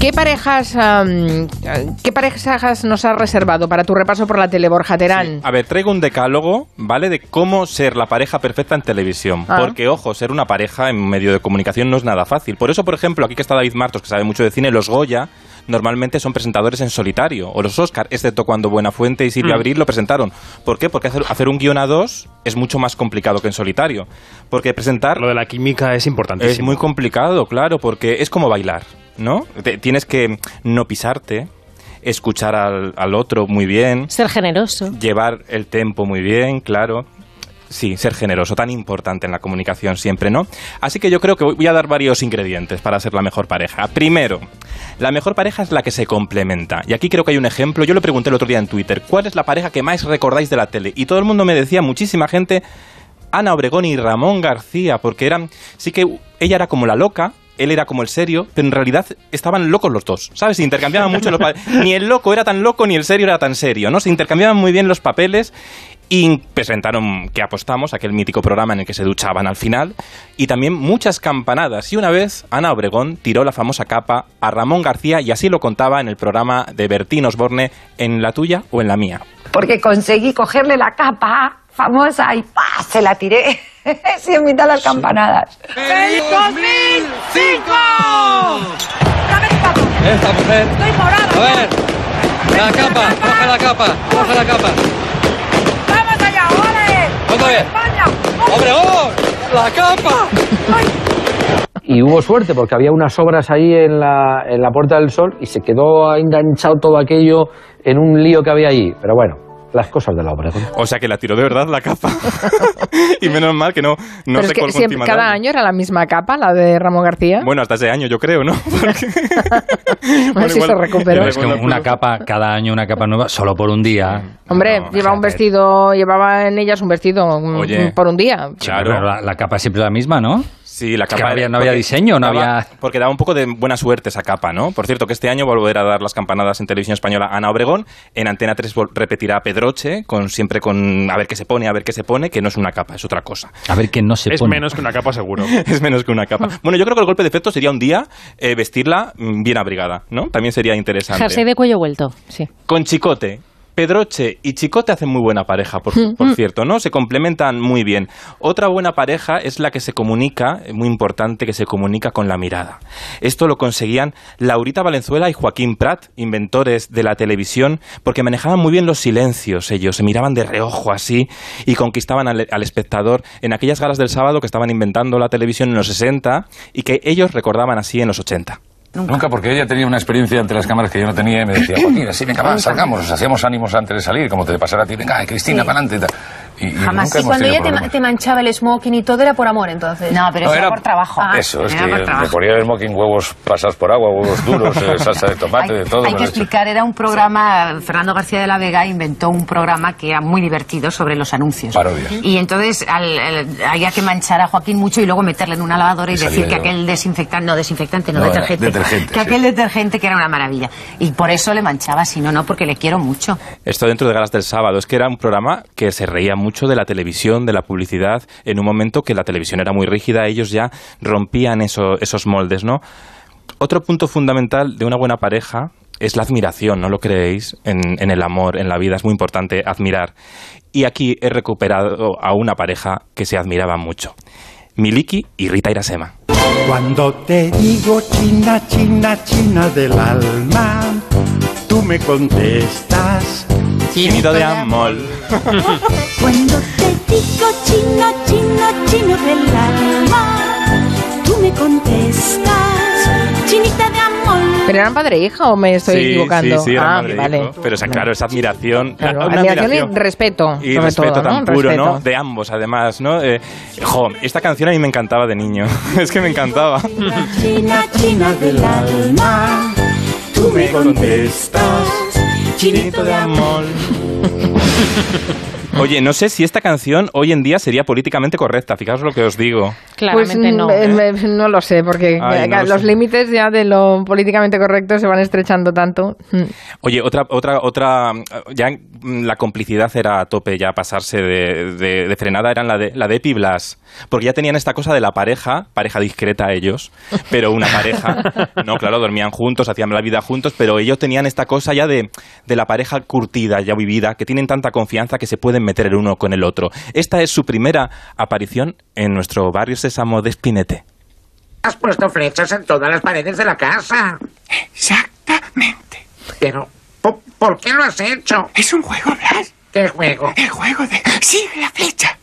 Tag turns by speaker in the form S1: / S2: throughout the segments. S1: ¿Qué parejas, am, ¿Qué parejas nos has reservado para tu repaso por la tele, Borja Terán?
S2: A ver, traigo un decálogo, ¿vale? De cómo ser la pareja perfecta en televisión.
S1: Ah.
S2: Porque, ojo, ser una pareja en medio de comunicación no es nada fácil. Por eso, por ejemplo, aquí que está David Martos, que sabe mucho de cine, los Goya normalmente son presentadores en solitario. O los Oscar, excepto cuando Buenafuente y Silvia Abril lo presentaron. ¿Por qué? Porque hacer, hacer un guión a dos es mucho más complicado que en solitario. Porque presentar
S3: Lo de la química es importantísimo.
S2: es muy complicado, claro, porque es como bailar, ¿no? Te- tienes que no pisarte, escuchar al, al otro muy bien,
S4: Ser generoso.
S2: llevar el tempo muy bien, claro. Sí, ser generoso, tan importante en la comunicación siempre, ¿no? Así que yo creo que voy- voy a dar varios ingredientes para ser la mejor pareja. Primero, la mejor pareja es la que se complementa. Y aquí creo que hay un ejemplo. Yo lo pregunté el otro día en Twitter, ¿cuál es la pareja que más recordáis de la tele? Y todo el mundo me decía, muchísima gente, Ana Obregón y Ramón García, porque eran. Sí que ella era como la loca. Él era como el serio, pero en realidad estaban locos los dos, ¿sabes? Se intercambiaban mucho los papeles. Ni el loco era tan loco, ni el serio era tan serio, ¿no? Se intercambiaban muy bien los papeles y presentaron que apostamos, aquel mítico programa en el que se duchaban al final, y también muchas campanadas. Y una vez, Ana Obregón tiró la famosa capa a Ramón García y así lo contaba en el programa de Bertín Osborne, en la tuya o en la mía.
S5: porque conseguí cogerle la capa famosa y ¡pa! se la tiré. Sí, en mitad de las campanadas.
S6: ¡Feliz 2005!
S7: Esta mujer.
S6: ¡Estoy morada!
S7: A ver. La capa,
S6: capa.
S7: coge la capa, coge la capa.
S6: ¡Vamos allá, ole!
S7: Otra vez.
S6: ¡España!
S7: ¡Hombre, vamos! ¡La capa!
S8: Y hubo suerte porque había unas obras ahí en la, en la Puerta del Sol y se quedó enganchado todo aquello en un lío que había allí. Pero bueno, las cosas de la obra.
S2: O sea que la tiró de verdad la capa. y menos mal que no, no
S1: Pero es
S2: se
S1: que
S2: colgó
S1: siempre-
S2: encima de
S1: cada
S2: alguien.
S1: año era la misma capa, la de Ramón García.
S2: Bueno, hasta ese año yo creo, ¿no? Porque- Bueno,
S1: si se recuperó.
S2: igual-
S9: Pero es que una capa, cada año una capa nueva, solo por un día.
S1: Hombre,
S2: No,
S1: llevaba un
S9: imagínate.
S1: vestido, llevaba en ellas un vestido mm,
S2: Oye.
S1: por un día.
S2: Claro.
S9: Pero la, la capa es siempre la misma, ¿no?
S2: Sí, la
S9: Que
S2: capa.
S9: no había-
S2: era-
S9: no había
S2: porque
S9: diseño, no
S2: daba-
S9: había-
S2: Porque daba un poco de buena suerte esa capa, ¿no? Por cierto, que este año volverá a dar las campanadas en televisión española Ana Obregón. En Antena 3 vol- repetirá a Pedroche, con, siempre con a ver qué se pone, a ver qué se pone, que no es una capa, es otra cosa.
S9: A ver que no se
S3: Es
S9: pone.
S3: menos que una capa seguro.
S2: Es menos que una capa.
S1: Ah.
S2: Bueno, yo creo que el golpe de efecto sería un día eh, vestirla mm, bien abrigada, ¿no? También sería interesante.
S4: Jersey de cuello vuelto, sí.
S2: con Chicote. Pedroche y Chicote hacen muy buena pareja, por, por cierto, ¿no? Se complementan muy bien. Otra buena pareja es la que se comunica, eh, muy importante, que se comunica con la mirada. Esto lo conseguían Laurita Valenzuela y Joaquín Prat, inventores de la televisión, porque manejaban muy bien los silencios ellos, se miraban de reojo así y conquistaban al, al espectador en aquellas galas del sábado que estaban inventando la televisión en los 60 y que ellos recordaban así en los 80.
S10: Nunca, porque ella tenía una experiencia ante las cámaras que yo no tenía y me decía, Joaquín, así, venga, va, salgamos, nos hacíamos ánimos antes de salir, como te pasara a ti, venga, Cristina, para adelante. Y, y
S11: Jamás.
S10: nunca
S11: Y
S10: hemos
S11: cuando
S10: tenido
S11: ella te, ma-
S10: problemas.
S11: te manchaba el smoking y todo era por amor, entonces.
S5: No, pero
S10: No,
S5: eso
S10: era-
S5: era por trabajo.
S10: Eso, es
S5: Ah, Era
S10: que
S5: por
S10: le
S5: trabajo.
S10: ponía el smoking huevos pasados por agua, huevos duros, eh, salsa de tomate, de todo.
S5: hay
S10: me
S5: que
S10: lo he hecho.
S5: explicar, era un programa, Fernando García de la Vega inventó un programa que era muy divertido sobre los anuncios.
S10: Parodias.
S5: Y entonces al- al- había que manchar a Joaquín mucho y luego meterle en una lavadora y,
S10: Y salía
S5: decir que
S10: yo.
S5: aquel desinfectante, no desinfectante, no,
S10: No, era
S5: detergente,
S10: detergente,
S5: que
S10: sí.
S5: aquel detergente que era una maravilla. Y por eso le manchaba, si no, no, porque le quiero mucho.
S2: Esto dentro de Galas del Sábado. Es que era un programa que se reía mucho de la televisión, de la publicidad, en un momento que la televisión era muy rígida, ellos ya rompían eso- esos moldes, ¿no? Otro punto fundamental de una buena pareja es la admiración, ¿no lo creéis? En, en el amor, en la vida, es muy importante admirar. Y aquí he recuperado a una pareja que se admiraba mucho. Miliki y Rita Irasema.
S12: Cuando te digo China, China, China del alma, tú me contestas.
S2: Chinito de amor.
S6: Cuando te digo chino, chino, chino del alma, tú me contestas, chinita de amor.
S1: ¿Pero eran padre e hija o me estoy
S2: Sí,
S1: equivocando?
S2: Sí, sí, eran
S1: ah,
S2: madre e
S1: vale.
S2: hijo. Pero o sea, claro, esa admiración.
S1: Claro,
S2: una
S1: admiración y respeto,
S2: Y
S1: sobre
S2: respeto
S1: todo, ¿no?
S2: tan puro,
S1: Respeto.
S2: ¿no? De ambos, además, ¿no? Eh, jo, esta canción a mí me encantaba de niño. es que me encantaba.
S6: China, china del alma, tú me contestas, chinito de amor.
S2: Oye, no sé si esta canción hoy en día sería políticamente correcta, fijaos lo que os digo.
S1: Claramente
S4: Pues,
S1: no.
S4: eh,
S1: mm, no lo sé, porque
S2: Ay, no lo
S1: los
S2: sé.
S1: límites ya de lo políticamente correcto se van estrechando tanto. Mm.
S2: Oye, otra, otra, otra, ya mm, la complicidad era a tope, ya pasarse de, de- de frenada, eran la de, la de Epi Blas, porque ya tenían esta cosa de la pareja, pareja discreta ellos, pero una pareja, no, claro, dormían juntos, hacían la vida juntos, pero ellos tenían esta cosa ya de, de la pareja curtida, ya vivida, que tienen tanta confianza que se pueden meter el uno con el otro. Esta es su primera aparición en nuestro barrio Sésamo de Espinete.
S13: Has puesto flechas en todas las paredes de la casa. Exactamente. Pero, ¿po- ¿por qué lo has hecho? Es un juego, Blas. ¿Qué juego? El juego de... Sigue la flecha.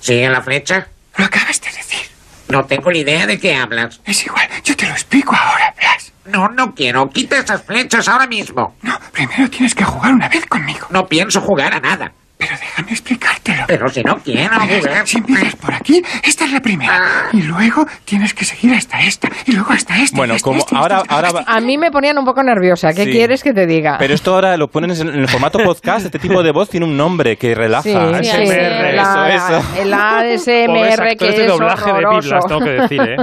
S13: ¿Sigue la flecha? Lo acabas de decir. No tengo ni idea de qué hablas. Es igual, yo te lo explico ahora, Blas. No, no quiero. Quita esas flechas ahora mismo. No, primero tienes que jugar una vez conmigo. No pienso jugar a nada. Pero déjame explicártelo. Pero si no quiero jugar. Si empiezas por aquí, esta es la primera. Y luego tienes que seguir hasta esta. Y luego hasta esta.
S2: Bueno, como ahora, ahora va-
S1: A mí me ponían un poco nerviosa. ¿Qué
S2: Sí.
S1: quieres que te diga?
S2: Pero esto ahora lo ponen en el formato podcast. Este tipo de voz tiene un nombre que relaja.
S1: Sí, sí,
S2: ASMR,
S1: la-
S2: eso, eso.
S1: el
S3: Oh,
S1: ASMR
S3: este
S1: que es horroroso.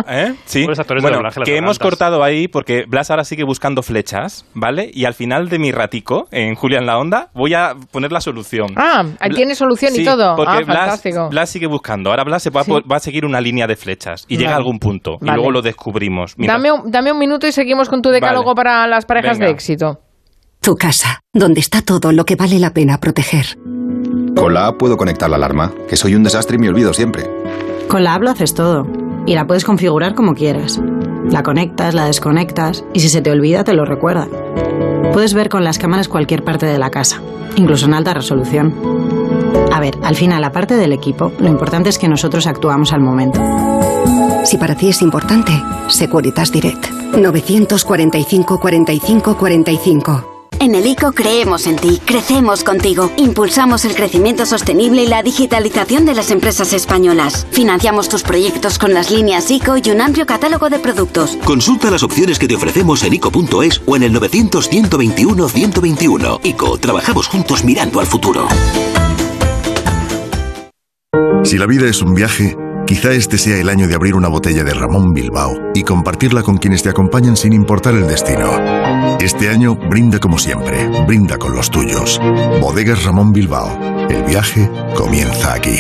S2: ¿Eh? Sí.
S3: actores de
S2: bueno,
S3: doblaje, las
S2: que
S3: atarantas.
S2: hemos cortado ahí porque Blas ahora sigue buscando flechas, ¿vale? Y al final de mi ratico en Julia en la onda voy a poner la solución.
S1: Ah, ahí
S2: Bla-
S1: tiene solución y
S2: Sí,
S1: todo.
S2: Porque
S1: Ah,
S2: Blas,
S1: fantástico.
S2: Blas sigue buscando. Ahora Blas se va, a
S1: Sí.
S2: po- va a seguir una línea de flechas y
S1: Vale.
S2: llega a algún punto
S1: Vale.
S2: y luego lo descubrimos. Mientras-
S1: Dame un, dame un minuto y seguimos con tu decálogo
S2: Vale.
S1: para las parejas
S2: Venga.
S1: de éxito.
S14: Tu casa, donde está todo lo que vale la pena proteger.
S15: Con la app puedo conectar la alarma, que soy un desastre y me olvido siempre.
S16: Con la app lo haces todo y la puedes configurar como quieras. La conectas, la desconectas y si se te olvida te lo recuerda. Puedes ver con las cámaras cualquier parte de la casa, incluso en alta resolución. A ver, al final, aparte del equipo, lo importante es que nosotros actuamos al momento.
S14: Si para ti es importante, Securitas Direct. 945 45 45.
S17: En el ICO creemos en ti, crecemos contigo, impulsamos el crecimiento sostenible y la digitalización de las empresas españolas. Financiamos tus proyectos con las líneas ICO y un amplio catálogo de productos.
S18: Consulta las opciones que te ofrecemos en ico.es o en el 900 121 121. Ico, trabajamos juntos mirando al futuro.
S19: Si la vida es un viaje, quizá este sea el año de abrir una botella de Ramón Bilbao y compartirla con quienes te acompañan sin importar el destino. Este año brinda como siempre, brinda con los tuyos. Bodegas Ramón Bilbao. El viaje comienza aquí.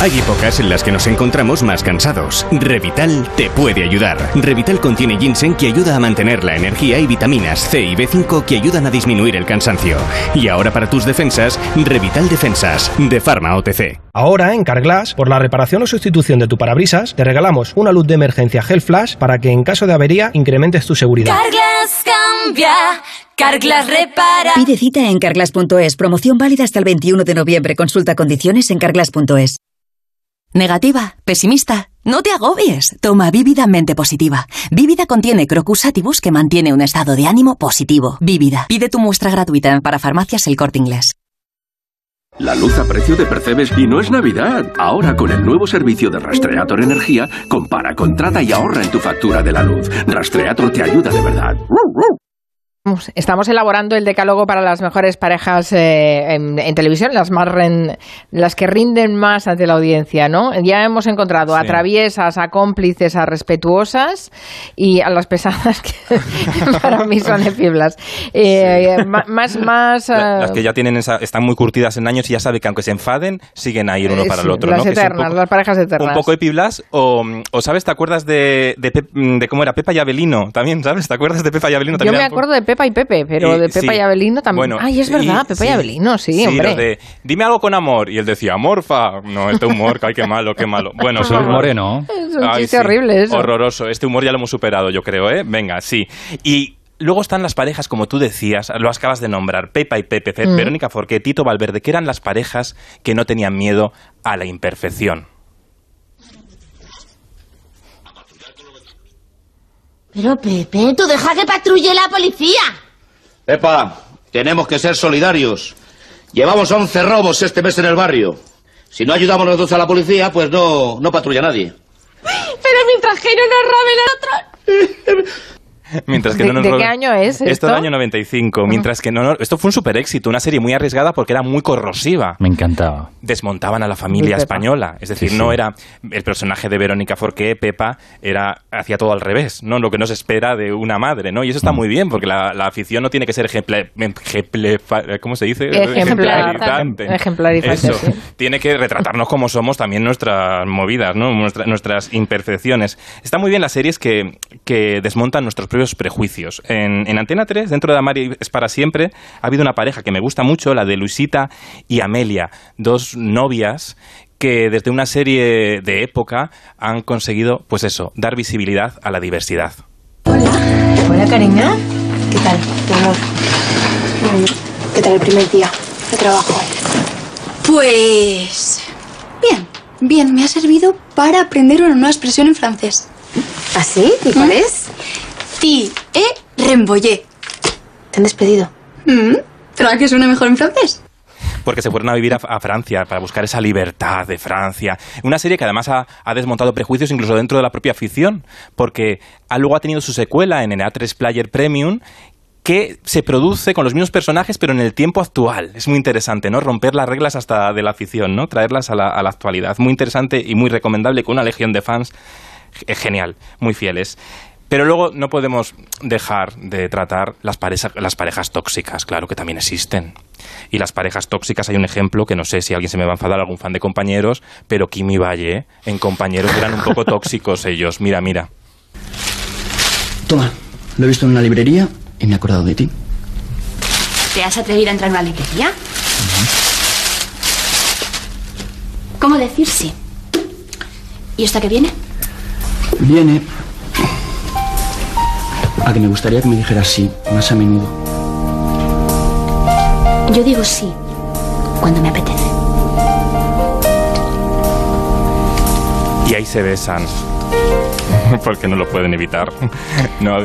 S20: Hay épocas en las que nos encontramos más cansados. Revital te puede ayudar. Revital contiene ginseng que ayuda a mantener la energía y vitaminas C y B5 que ayudan a disminuir el cansancio. Y ahora para tus defensas, Revital Defensas, de Pharma OTC.
S21: Ahora en Carglass, por la reparación o sustitución de tu parabrisas, te regalamos una luz de emergencia Hell Flash para que en caso de avería incrementes tu seguridad.
S22: Carglass cambia, Carglass repara.
S23: Pide cita en carglass.es. Promoción válida hasta el 21 de noviembre. Consulta condiciones en carglass.es.
S24: Negativa, pesimista. No te agobies. Toma Vívida Mente Positiva. Vívida contiene Crocusativus que mantiene un estado de ánimo positivo. Vívida. Pide tu muestra gratuita para farmacias El Corte Inglés.
S25: La luz a precio de percebes y no es Navidad. Ahora con el nuevo servicio de Rastreator Energía, compara, contrata y ahorra en tu factura de la luz. Rastreator te ayuda de verdad.
S1: Vamos, Estamos elaborando el decálogo para las mejores parejas eh, en, en televisión, las más ren- las que rinden más ante la audiencia, ¿no? Ya hemos encontrado a
S26: Sí.
S1: traviesas, a cómplices, a respetuosas y a las pesadas que para mí son efiblas. Eh, ma- Más, más. eh,
S2: Las que ya tienen esa- están muy curtidas en años y ya sabe que aunque se enfaden, siguen ahí el uno
S1: eh,
S2: para
S1: sí,
S2: el otro.
S1: Las
S2: ¿no? Que es un
S1: eternas,
S2: poco-
S1: las parejas eternas.
S2: Un poco Epiblas, o, o sabes, ¿te acuerdas de, de, Pep- de cómo era Pepa y Abelino? También, ¿sabes? ¿Te acuerdas de Pepa y Abelino?
S1: Yo
S2: También
S1: me
S2: era un poco-
S1: acuerdo de Pepa y Pepe, pero
S2: Y-
S1: de Pepa
S2: sí.
S1: y Abelino también.
S2: Bueno,
S1: Ay, es
S2: y-
S1: verdad, Pepa y
S2: sí.
S1: Abelino, sí,
S2: Sí,
S1: hombre.
S2: los de, dime algo con amor. Y él decía, amorfa. No, este humor, que ay, qué malo, qué malo. Bueno,
S1: Es un
S2: horror.
S1: moreno. Es un chiste horrible eso.
S2: Horroroso. Este humor ya lo hemos superado, yo creo, ¿eh? Venga, sí. Y luego están las parejas, como tú decías, lo acabas de nombrar, Pepa y Pepe, Fe-
S27: Mm.
S2: Verónica Forqué, Tito Valverde, que eran las parejas que no tenían miedo a la imperfección.
S28: Pero Pepe, tú deja que patrulle la policía.
S29: Pepa, tenemos que ser solidarios. Llevamos 11 robos este mes en el barrio. Si no ayudamos los dos a la policía, pues no, no patrulla nadie.
S6: Pero mientras que no nos roben a otros.
S2: Mientras que
S1: ¿De,
S2: no nos
S1: de
S2: lo-
S1: qué año es
S2: Esto,
S1: esto?
S2: del año 95. Mientras que no, no- esto fue un super éxito, una serie muy arriesgada porque era muy corrosiva.
S5: Me encantaba.
S2: Desmontaban a la familia
S5: Y Pepa.
S2: española. Es decir,
S5: Sí,
S2: no
S5: sí.
S2: era el personaje de Verónica Forqué, Pepa, era hacía todo al revés, ¿no? Lo que no se espera de una madre, ¿no? Y
S1: Mm.
S2: eso está muy bien, porque la, la afición no tiene que ser ejemplar. ¿Cómo se dice?
S1: Ejemplar- ejemplarizante,
S2: Eso.
S1: sí.
S2: Tiene que retratarnos como somos también nuestras movidas, ¿no? Nuestra- nuestras imperfecciones. Está muy bien las series que, que desmontan nuestros propios prejuicios. En, en Antena 3, dentro de Amar es para siempre, ha habido una pareja que me gusta mucho, la de Luisita y Amelia, dos novias que desde una serie de época han conseguido, pues eso, dar visibilidad a la diversidad.
S7: Hola, cariño. ¿Qué tal, mi amor? ¿Qué tal el primer día de trabajo? Pues... Bien, bien. Me ha servido para aprender una nueva expresión en francés. ¿Ah, sí? ¿Y cuál es? Ti e, et remboyé. ¿Te han despedido? Mm. ¿Pero a qué suena mejor en francés?
S2: porque se fueron a vivir a, a Francia para buscar esa libertad de Francia. Una serie que además ha, ha desmontado prejuicios incluso dentro de la propia afición, porque ha- luego ha tenido su secuela en el A3 Player Premium que se produce con los mismos personajes pero en el tiempo actual. Es muy interesante, ¿no? Romper las reglas hasta de la afición, ¿no? Traerlas a la, a la actualidad. Muy interesante y muy recomendable con una legión de fans eh, genial, muy fieles. Pero luego no podemos dejar de tratar las, pareja- las parejas tóxicas, claro que también existen. Y las parejas tóxicas, hay un ejemplo que no sé si alguien se me va a enfadar, algún fan de compañeros, pero Kim y Valle ¿eh? en compañeros eran un poco tóxicos ellos. Mira, mira.
S8: Toma, lo he visto en una librería y me he acordado de ti.
S28: ¿Te has atrevido a entrar en una librería? ¿Cómo decir sí? ¿Y esta que viene?
S8: Viene a que me gustaría que me dijeras sí más a menudo.
S28: Yo digo sí cuando me apetece.
S2: Y ahí se besan. Porque no lo pueden evitar. No,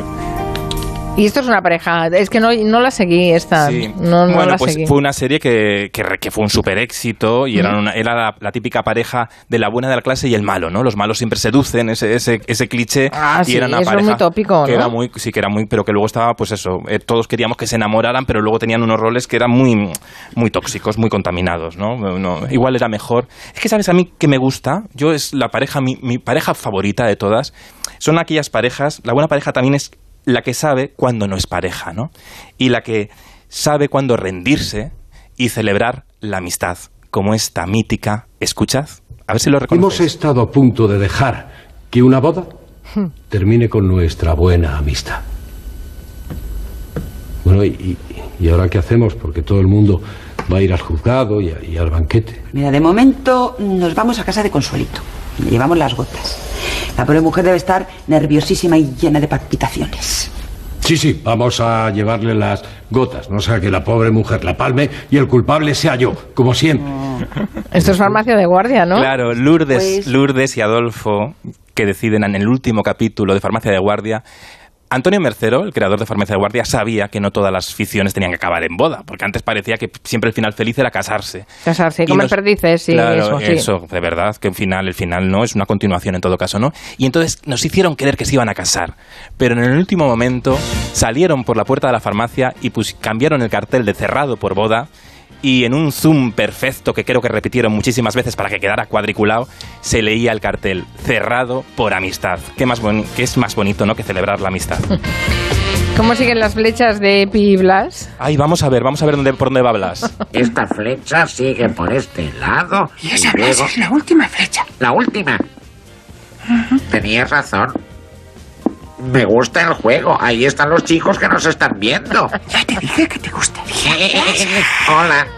S1: Y esto es una pareja. Es que no, no la seguí esta.
S2: Sí.
S1: No, no
S2: bueno,
S1: la
S2: pues
S1: seguí.
S2: fue una serie que, que, re- que fue un super éxito y eran una- era la, la típica pareja de la buena de la clase y el malo, ¿no? Los malos siempre seducen, ese, ese, ese cliché.
S1: Ah,
S2: y
S1: sí,
S2: era una
S1: eso es
S2: pareja
S1: muy tópico,
S2: que
S1: ¿no?
S2: era muy, sí, que era muy, pero que luego estaba, pues eso, eh, todos queríamos que se enamoraran, pero luego tenían unos roles que eran muy, muy tóxicos, muy contaminados, ¿no? No- Igual era mejor. Es que, ¿sabes? A mí que me gusta, yo es la pareja, mi, mi pareja favorita de todas, son aquellas parejas, la buena pareja también es la que sabe cuando no es pareja, ¿no? Y la que sabe cuándo rendirse y celebrar la amistad, como esta mítica, escuchad, a ver si lo reconocéis.
S9: Hemos estado a punto de dejar que una boda termine con nuestra buena amistad. Bueno, y, y- y ahora qué hacemos? Porque todo el mundo va a ir al juzgado y, a- y al banquete.
S10: Mira, de momento nos vamos a casa de Consuelito. Le llevamos las gotas. La pobre mujer debe estar nerviosísima y llena de palpitaciones.
S9: Sí, sí, vamos a llevarle las gotas, no sea que la pobre mujer la palme y el culpable sea yo, como siempre.
S1: Esto es farmacia de guardia, ¿no?
S2: Claro, Lourdes,
S1: Pues-
S2: Lourdes y Adolfo, que deciden en el último capítulo de Farmacia de Guardia. Antonio Mercero, el creador de Farmacia de Guardia, sabía que no todas las ficciones tenían que acabar en boda, porque antes parecía que siempre el final feliz era casarse.
S1: Casarse,
S2: Y
S1: comer
S2: los-
S1: perdices y eso,
S2: claro,
S1: sí.
S2: eso, de verdad, que el final, el final no, es una continuación en todo caso, ¿no? Y entonces nos hicieron creer que se iban a casar, pero en el último momento salieron por la puerta de la farmacia y pus- cambiaron el cartel de cerrado por boda y en un zoom perfecto que creo que repitieron muchísimas veces para que quedara cuadriculado, se leía el cartel cerrado por amistad. Qué más boni- que es más bonito, ¿no? Que celebrar la amistad.
S1: ¿Cómo siguen las flechas de Epi y Blas?
S2: Ay, vamos a ver, vamos a ver dónde, por dónde va Blas.
S13: Esta flecha sigue por este lado. Y esa
S2: Blas,
S13: es la última flecha. La última. Tenías razón. Me gusta el juego. Ahí están los chicos que nos están viendo. Ya te dije que te gustaría. Hola.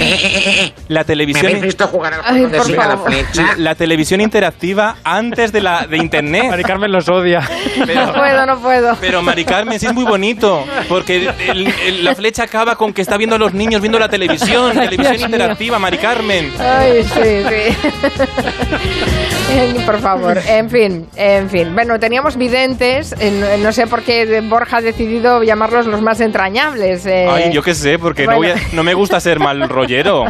S13: Eh, eh, eh, eh.
S2: La televisión.
S13: ¿Me habéis visto jugar al juego de siga la flecha?
S2: La televisión interactiva antes de la de internet. Mari Carmen los odia.
S1: No puedo, no puedo.
S2: Pero Mari Carmen sí es muy bonito, porque el- el- la flecha acaba con que está viendo a los niños viendo la televisión,
S1: Ay,
S2: televisión
S1: Dios mío.
S2: interactiva, Mari Carmen.
S1: Ay, sí, sí. Por favor, en fin, en fin. Bueno, teníamos videntes, eh, no- no sé por qué Borja ha decidido llamarlos los más entrañables. eh.
S2: Ay, yo qué sé, porque no,
S1: Bueno.
S2: voy a- no me gusta ser mal trollero.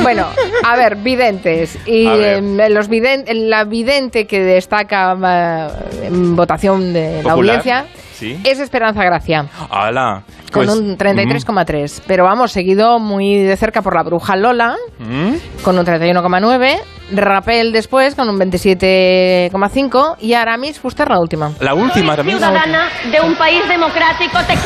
S1: Bueno, a ver, videntes. Y
S2: A ver.
S1: em, los viden- la vidente que destaca eh, en votación de la
S2: Popular,
S1: audiencia
S2: sí.
S1: es Esperanza Gracia.
S2: ¡Hala!
S1: Con
S2: Pues,
S1: un 33,3. Pero vamos, seguido muy de cerca por la bruja Lola,
S2: mm, mm.
S1: con un 31,9. Rapel después, con un 27,5. Y Aramis Fuster, la última.
S2: La última, ahora mismo.
S3: Ciudadana de un país democrático, te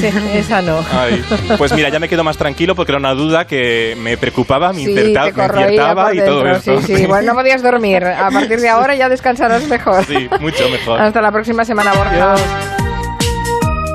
S1: Sí, esa no.
S2: Ay, pues mira, ya me quedo más tranquilo porque era una duda que me preocupaba, Ah, me,
S1: Sí,
S2: incerta-
S1: te
S2: me
S1: corroía
S2: inquiertaba
S1: por
S2: y todo
S1: dentro,
S2: eso.
S1: Sí, sí. Bueno, no podías dormir. A partir de ahora ya descansarás mejor.
S2: Sí, mucho mejor.
S1: Hasta la próxima semana, Borja.